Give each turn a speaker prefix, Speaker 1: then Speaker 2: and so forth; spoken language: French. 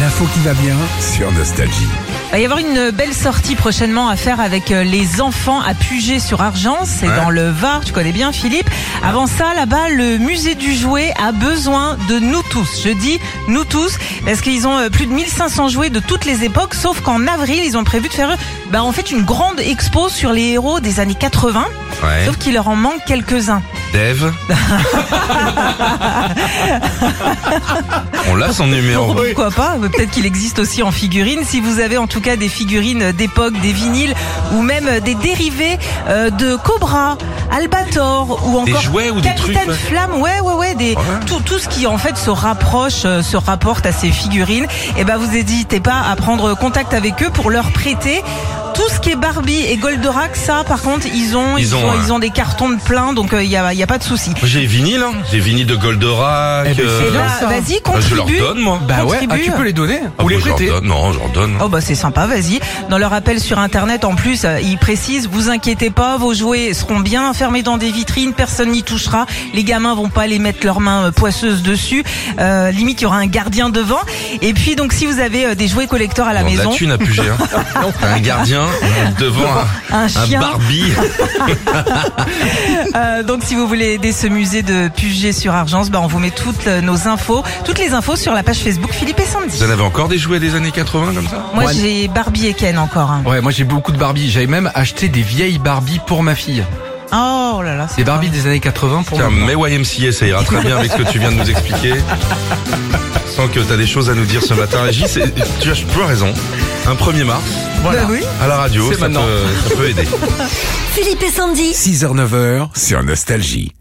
Speaker 1: l'info qui va bien.
Speaker 2: sur Nostalgie.
Speaker 3: Il va y avoir une belle sortie prochainement à faire avec euh, les enfants à Puget sur Argence, c'est
Speaker 2: Ouais.
Speaker 3: dans le Var, tu connais bien Philippe. Avant ça, là-bas, le musée du jouet a besoin de nous tous. Je dis nous tous, parce qu'ils ont euh, plus de 1500 jouets de toutes les époques, sauf qu'en avril, ils ont prévu de faire euh, bah, en fait une grande expo sur les héros des années 80,
Speaker 2: Ouais.
Speaker 3: sauf qu'il leur en manque quelques-uns.
Speaker 2: Dave. On l'a son numéro.
Speaker 3: Pourquoi pas mais Peut-être qu'il existe aussi en figurines. Si vous avez en tout cas des figurines d'époque, des vinyles ou même des dérivés euh, de Cobra, Albator ou encore
Speaker 2: Des jouets ou des
Speaker 3: Capitaine
Speaker 2: trucs, ouais.
Speaker 3: Flamme, ouais ouais ouais, des, tout tout ce qui en fait se rapproche, euh, se rapporte à ces figurines. Et ben vous n'hésitez pas à prendre contact avec eux pour leur prêter. Tout ce qui est Barbie et Goldorak, ça, par contre, ils ont,
Speaker 2: Ils
Speaker 3: ils,
Speaker 2: ont,
Speaker 3: ont,
Speaker 2: ouais.
Speaker 3: ils ont des cartons de plein, donc euh, il n'y a, y a pas de souci.
Speaker 2: J'ai vinyle, hein. J'ai vinyle de Goldorak.
Speaker 1: Eh ben,
Speaker 2: euh,
Speaker 1: c'est
Speaker 3: Et
Speaker 1: bien
Speaker 3: là,
Speaker 1: ça.
Speaker 3: vas-y,
Speaker 2: bah, je
Speaker 3: contribue.
Speaker 2: leur donne, moi.
Speaker 1: Bah ouais, ah,
Speaker 3: Contribue.
Speaker 1: tu peux les donner
Speaker 2: Ah,
Speaker 1: ou
Speaker 2: moi,
Speaker 1: les
Speaker 2: je leur
Speaker 1: prêter.
Speaker 2: donne. Non, je leur donne.
Speaker 3: Oh bah c'est sympa, vas-y. Dans leur appel sur internet en plus, euh, ils précisent vous inquiétez pas, vos jouets seront bien enfermés dans des vitrines, personne n'y touchera. Les gamins vont pas les mettre leurs mains euh, poisseuses dessus. Euh, limite il y aura un gardien devant. Et puis donc si vous avez euh, des jouets collecteurs à la
Speaker 2: On a de la
Speaker 3: maison,
Speaker 2: thune à Puget. hein. un gardien devant un,
Speaker 3: un
Speaker 2: un
Speaker 3: chien.
Speaker 2: Barbie.
Speaker 3: euh, donc si vous voulez aider ce musée de Puget sur Argence, bah on vous met toutes euh, nos infos, toutes les infos sur la page Facebook Philippe et Sandy.
Speaker 2: Vous en avez encore des jouets des années 80 comme ça
Speaker 3: Moi
Speaker 1: Ouais.
Speaker 3: j'ai Barbie et Ken encore. hein.
Speaker 1: Ouais, moi j'ai beaucoup de Barbie. J'avais même acheté des vieilles Barbie pour ma fille.
Speaker 3: Oh là là. c'est
Speaker 1: Des Barbie des années 80 pour
Speaker 2: Tiens,
Speaker 1: ma
Speaker 2: mais YMCA, ça ira très bien avec ce que tu viens de nous expliquer. Sans que tu as des choses à nous dire ce matin. Régis, c'est- tu as peu raison. Un 1er mars,
Speaker 1: Voilà.
Speaker 3: Bah oui.
Speaker 2: à la radio,
Speaker 1: C'est
Speaker 2: ça peut,
Speaker 1: maintenant.
Speaker 2: ça peut aider.
Speaker 4: Philippe et Sandy.
Speaker 5: 6h-9h sur Nostalgie.